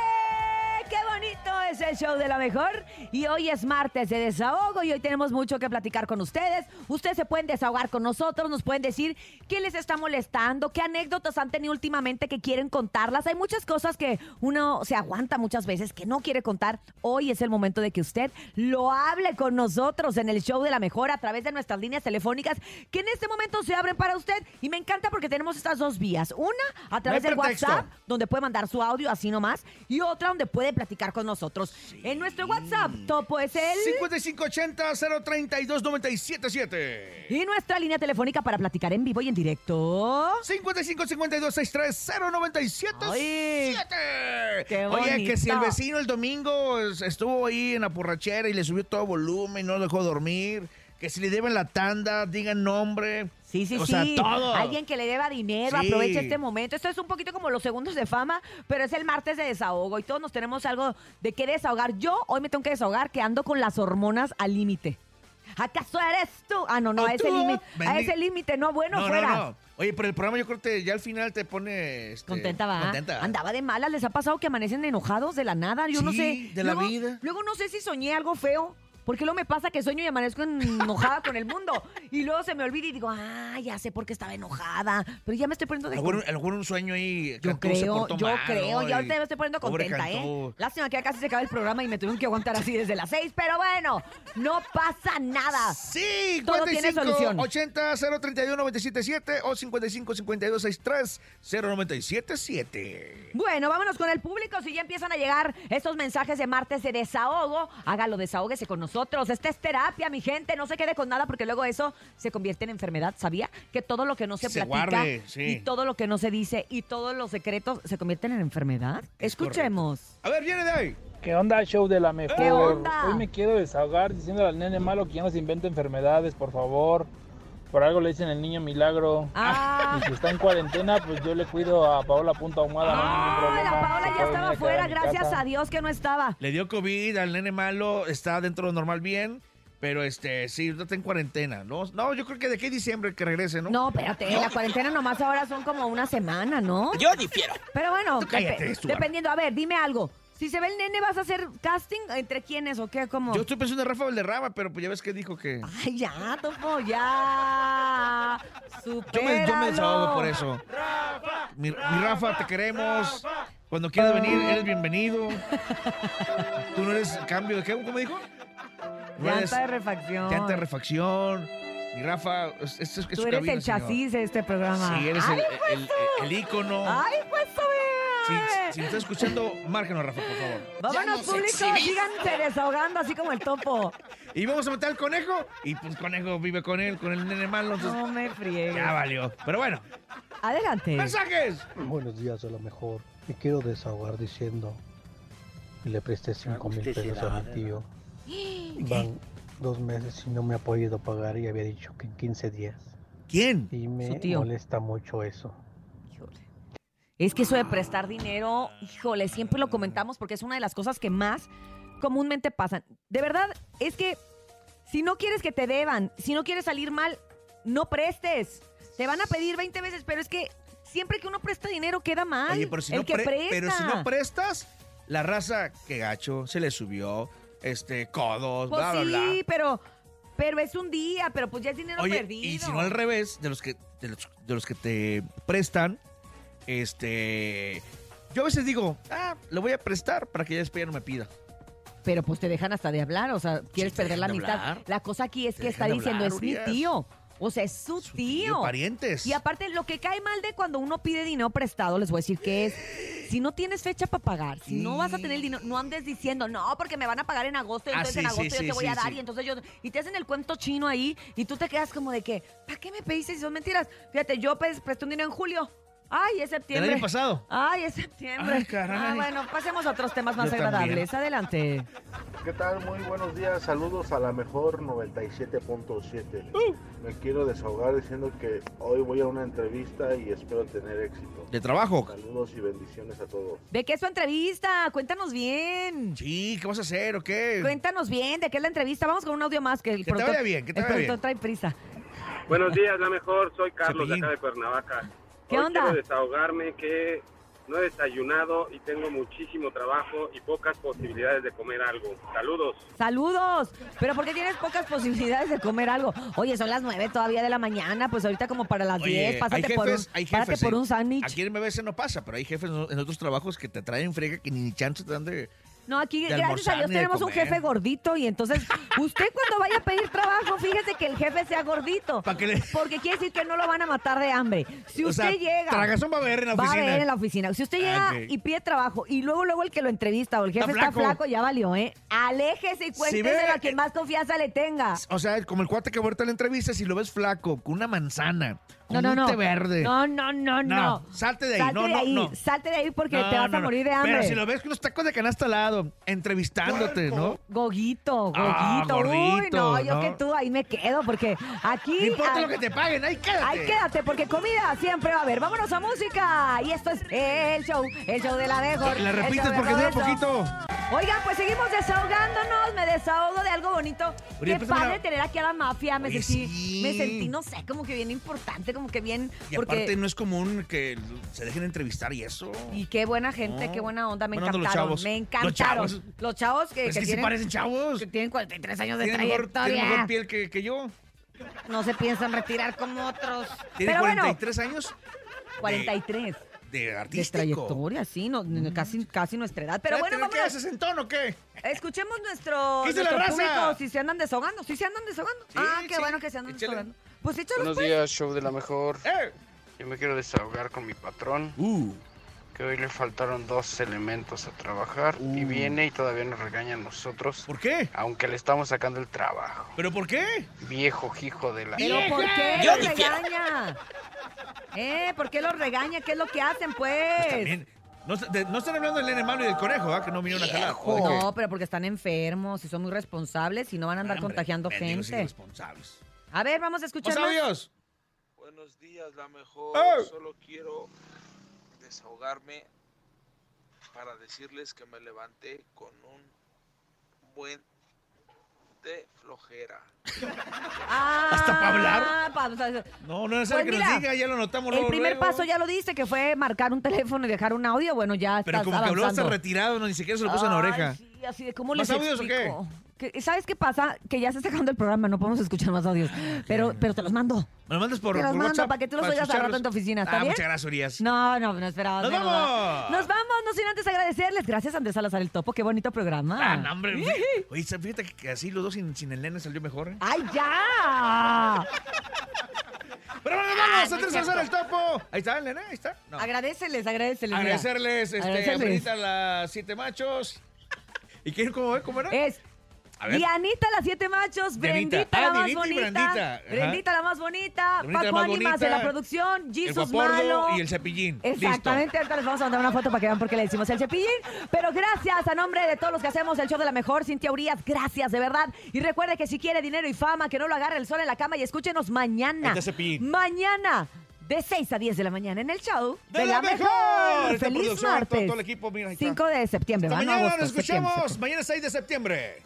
¡Eh! ¡Qué bonito es el show de la mejor! Y hoy es martes de desahogo y hoy tenemos mucho que platicar con ustedes. Ustedes se pueden desahogar con nosotros, nos pueden decir qué les está molestando, qué anécdotas han tenido últimamente que quieren contarlas. Hay muchas cosas que uno se aguanta muchas veces que no quiere contar. Hoy es el momento de que usted lo hable con nosotros en el show de la mejor a través de nuestras líneas telefónicas que en este momento se abren para usted. Y me encanta porque tenemos estas dos vías. Una a través No del hay pretexto. WhatsApp donde puede mandar su audio así nomás, y otra donde puede platicar con nosotros. En nuestro WhatsApp, Topo es el... 5580-032-977. Y nuestra línea telefónica para platicar en vivo y en directo. 5552-630977. qué Oye, que si el bonito. vecino el domingo es- estuvo ahí en la borrachera y le subió todo volumen, no lo dejó dormir. Que si le deben la tanda, digan nombre. Sí, sí, o sí. sea, todo. Alguien que le deba dinero, Sí. aprovecha este momento. Esto es un poquito como los segundos de fama, pero es el martes de desahogo y todos nos tenemos algo de qué desahogar. Yo hoy me tengo que desahogar que ando con las hormonas al límite. ¿Acaso eres tú? Ah, no, no, ¿O a ese tú? límite. A Bendi- ese límite, no, bueno, no, fuera. no, no. Oye, pero el programa yo creo que ya al final te pone... este, Contenta va. Contenta. Andaba de malas, les ha pasado que amanecen enojados de la nada, yo no Sí, sé. de la Luego- vida. Luego no sé si soñé algo feo. Porque luego me pasa que sueño y amanezco enojada con el mundo. Y luego se me olvida y digo, ah, ya sé por qué estaba enojada. Pero ya me estoy poniendo de Algún, algún un sueño ahí. Yo Cantú se creo, portó yo mal, creo. Ya ¿no? Y- ahorita me estoy poniendo pobre contenta, Cantú. ¿eh? Lástima que ya casi se acaba el programa y me tuvieron que aguantar así desde las seis. Pero bueno, no pasa nada. Sí, Todo tiene 55 solución. 80 031 977 o 55 52 63 0977. Bueno, vámonos con el público. Si ya empiezan a llegar estos mensajes de martes de desahogo, hágalo, desahóguese con nosotros. Esta es terapia, mi gente. No se quede con nada porque luego eso se convierte en enfermedad. ¿Sabía? Que todo lo que no se, Se platica guarde, sí. y todo lo que no se dice y todos los secretos se convierten en enfermedad. Es Escuchemos. A ver, viene de ahí. ¿Qué onda, show de la mejor? ¿Qué onda? Hoy me quiero desahogar diciendo al nene malo que ya no se invente enfermedades, por favor. Por algo le dicen el niño milagro. Ah. Y si está en cuarentena, pues yo le cuido a Paola Punta Ahumada. no hay ningún Ay, Ah, la problema. Paola Se ya puede venir estaba a quedar afuera, en mi gracias casa. a Dios que no estaba. Le dio COVID al nene malo, está dentro de lo normal bien, pero este, sí, no está en cuarentena, ¿no? No, yo creo que de aquí a diciembre que regrese, ¿no? No, espérate, la cuarentena nomás ahora son como una semana, ¿no? Yo difiero. Pero bueno, Tú cállate, depe- Stuart. dependiendo, a ver, dime algo. Si se ve el nene, ¿vas a hacer casting entre quiénes o qué? ¿Cómo? Yo estoy pensando en Rafa Valderrama, pero pues ya ves que dijo que. Ay, ya, Topo, ya. Yo me, yo me desahogo Supéralo. por eso. Mi, mi Rafa, te queremos. Cuando quieras venir, Oh. eres bienvenido. Tú no eres cambio de qué, ¿cómo dijo? No eres Llanta de refacción. llanta de refacción. Mi Rafa, es, es, es Tú su eres cabina, el señor. chasis de este programa. Sí, eres Ay, el, pues, el, el, el ícono. ay, pues, Si, bebé. si- si me estás escuchando, márcanos, Rafa, por favor. Vámonos, Ya nos público, exhibiste. síganse desahogando así como el Topo. Y vamos a matar al conejo. Y pues conejo vive con él, con el nene malo. Entonces, No me friegues. ya Pues valió. Pero bueno, Adelante. mensajes. Buenos días, a lo mejor. Me quiero desahogar diciendo que le presté 5 mil pesos a mi tío. Van dos meses y no me ha podido pagar y había dicho que en 15 días. ¿Quién? Y me tío. molesta mucho eso. Híjole. Es que eso de prestar dinero, híjole, siempre lo comentamos porque es una de las cosas que más comúnmente pasan. De verdad, es que si no quieres que te deban, si no quieres salir mal, no prestes. Te van a pedir 20 veces, pero es que siempre que uno presta dinero queda mal. Oye, pero si, el no que pre- presta. pero si no prestas, la raza que gacho se le subió, este, codos, Pues bla, bla, sí, bla. pero pero es un día, pero pues ya es dinero Oye, perdido. y si no al revés, de los que de los, de los que te prestan, este, yo a veces digo, ah, le voy a prestar para que ya después ya no me pida. Pero pues te dejan hasta de hablar, o sea, quieres te perder la dejan de amistad. hablar. La cosa aquí es Te que está dejan de diciendo, hablar, es mi Urias. tío. O sea, es su, Su parientes. Y aparte, lo que cae mal de cuando uno pide dinero prestado, les voy a decir que es, si no tienes fecha para pagar, si no vas a tener el dinero, no andes diciendo, no, porque me van a pagar en agosto, y Ah, entonces sí, en sí, agosto yo sí, te voy sí, a dar, sí. y entonces yo, y te hacen el cuento chino ahí, y tú te quedas como de que, ¿para qué me pediste si son mentiras? Fíjate, yo pues, presté un dinero en julio. Ay, es ¿Del septiembre. año pasado? Ay, es septiembre. Ay, caray. Ah, bueno, pasemos a otros temas más Yo también. agradables. Adelante. ¿Qué tal? Muy buenos días, saludos a la mejor 97.7. Me quiero desahogar diciendo que hoy voy a una entrevista y espero tener éxito. ¿De trabajo? Saludos y bendiciones a todos. ¿De qué es tu entrevista? Cuéntanos bien. Sí, ¿qué vas a hacer o qué? Cuéntanos bien de qué es la entrevista. Vamos con un audio más que el Que te productor- vaya bien, que te el vaya productor bien. trae prisa. Buenos días, la mejor. Soy Carlos de Cepillín. acá de Cuernavaca. ¿Qué Hoy onda? Quiero desahogarme que No he desayunado y tengo muchísimo trabajo y pocas posibilidades de comer algo. Saludos. Saludos. Pero ¿por qué tienes pocas posibilidades de comer algo? Oye, son las nueve todavía de la mañana, pues ahorita como para las Oye, 10, pásate hay por un, jefes- hay párate jefes, por ¿eh? un sándwich. Aquí en MBS no pasa, pero hay jefes en en otros trabajos que te traen frega que ni chance te dan de... No, aquí de gracias a almorzar Dios ni de tenemos un comer. jefe gordito y entonces usted cuando vaya a pedir trabajo, fíjese que el jefe sea gordito. ¿Para que le...? Porque quiere decir que no lo van a matar de hambre. Si o usted sea, llega... Tragazón va a ver en la Va a oficina. haber en la oficina. Si usted llega Ah, ok. y pide trabajo y luego luego el que lo entrevista o el jefe Está está flaco, flaco. ya valió, ¿eh? Aléjese y cuénteselo ve- a quien más confianza le tenga. O sea, como el cuate que ahorita en la entrevista, si lo ves flaco, con una manzana, No, con no, un no. té verde. No, no, no, no. salte de ahí. Salte no, de no, ahí, no. salte de ahí porque No, te vas no, a no. morir de Pero hambre. si lo ves con los tacos de canasta al lado, entrevistándote, ¿no? Goguito, goguito. Ah, Uy, gordito, no, yo ¿no? que tú ahí me quedo porque aquí... No importa ah, lo que te paguen, ahí quédate. Ahí quédate, porque comida siempre va a haber. Vámonos a música. Y esto es el show, el show de la mejor. La el show repites de porque dura Roberto. poquito. Oigan, pues seguimos desahogándonos. Me desahogo de algo bonito. Oye, Qué pues, padre mira. tener aquí a la mafia. Me Oye, sentí, sí. me sentí, no sé, como que bien importante, como que bien. Y porque, aparte no es común que se dejen entrevistar y eso. y qué buena gente, Ah. No. qué buena onda. Me Buena onda encantaron. los chavos. Me Los encantaron. Los chavos. chavos, que, Pero es que que se tienen, parecen chavos. que tienen 43 años de Tienen mejor, trayectoria. tienen mejor piel que, que yo. No se piensan retirar como otros. Tiene Pero bueno, 43 años 43. de De artístico. trayectoria, sí, no, no, casi, casi nuestra edad. Pero ¿Ya bueno, te- ¿Qué vámonos. haces en tono o qué? Escuchemos nuestro, ¿Qué dice nuestro la raza? público si se andan deshogando. Si se andan deshogando. Sí, ah, qué sí, bueno que se andan échale. deshogando. Pues échalos, Buenos pues. días, show de la mejor. ¡Eh! Yo me quiero desahogar con mi patrón, Uh, que hoy le faltaron dos elementos a trabajar y Uh. viene y todavía nos regaña a nosotros, ¿Por qué? aunque le estamos sacando el trabajo. ¿Pero por qué? Pues, Viejo hijo de la... Pero ¿por qué Yo los difiero. regaña? ¿Eh? ¿Por qué los regaña? ¿Qué es lo que hacen, pues? También. No, está- de- no están hablando del nene malo y del conejo, ¿ah? Que no vinieron a jalar. ¿O de qué? No, pero porque están enfermos y son muy responsables y no van a andar Hombre, contagiando mendigos gente. irresponsables. A ver, vamos a escuchar ¡Os más. adiós! Buenos días, la mejor. ¡Eh! Solo quiero desahogarme para decirles que me levanté con un buen de flojera. Ah, ¿Hasta pa' hablar? pa- o sea, No, no es Pues necesario que mira, nos diga, ya lo notamos el luego, primer luego. paso ya lo diste, que fue marcar un teléfono y dejar un audio. Bueno, ya Pero estás como que habló avanzando. hasta retirado, no, ni siquiera se lo puso en la Ay, oreja. sí, así de cómo ¿Más les audios o qué? explico? Que- ¿Sabes qué pasa? Que ya se está acabando el programa, no podemos escuchar más audios. Pero, pero te los mando. Me lo mandas Ah, por, Te los por mando WhatsApp para que tú los oigas al escucharlos. rato en tu oficina, ¿está ah, bien? muchas gracias, Urias. No, no, no esperaba. ¡Nos vamos! Nos vamos, no sin antes agradecerles. Gracias, Andrés Salazar el Topo. Qué bonito programa. Ah, no, hombre. fíjate- Oye, fíjate que- que así los dos sin, sin el nene salió mejor, ¿eh? ¡Ay, ya! Ah, Pero bueno, nos vamos a tres horas el topo. Ahí está el nene, ahí está. No. Agradeceles, agradeceles. mira. Agradecerles, este, Agradecerles. a Frenita las siete machos. ¿Y quién, cómo, ve? cómo era? Es a ver. Dianita, las siete machos, Dianita. Brendita, la Ah, más Dianita y Brendita. bonita, Ajá. Brendita, la más bonita, Brendita, la Paco más Ánimas en bonita, la producción, el Jesus Malo. guapordo y el cepillín. Exactamente, ahorita les vamos a mandar una foto para que vean por qué le decimos el cepillín. Pero gracias a nombre de todos los que hacemos el show de la mejor, Cintia Urias, gracias de verdad. Y recuerde que si quiere dinero y fama, que no lo agarre el sol en la cama y escúchenos mañana. Ahí está Mm, Cepillín. Mañana, de 6 a 10 de la mañana en el show ¡De la mejor! Esta Feliz producción, todo- martes. todo el equipo, mira, ahí está. 5 de septiembre, Listo. Hasta ¿va? No, mañana agosto, este, nos septiembre, escuchamos. septiembre. Mañana 6 de septiembre.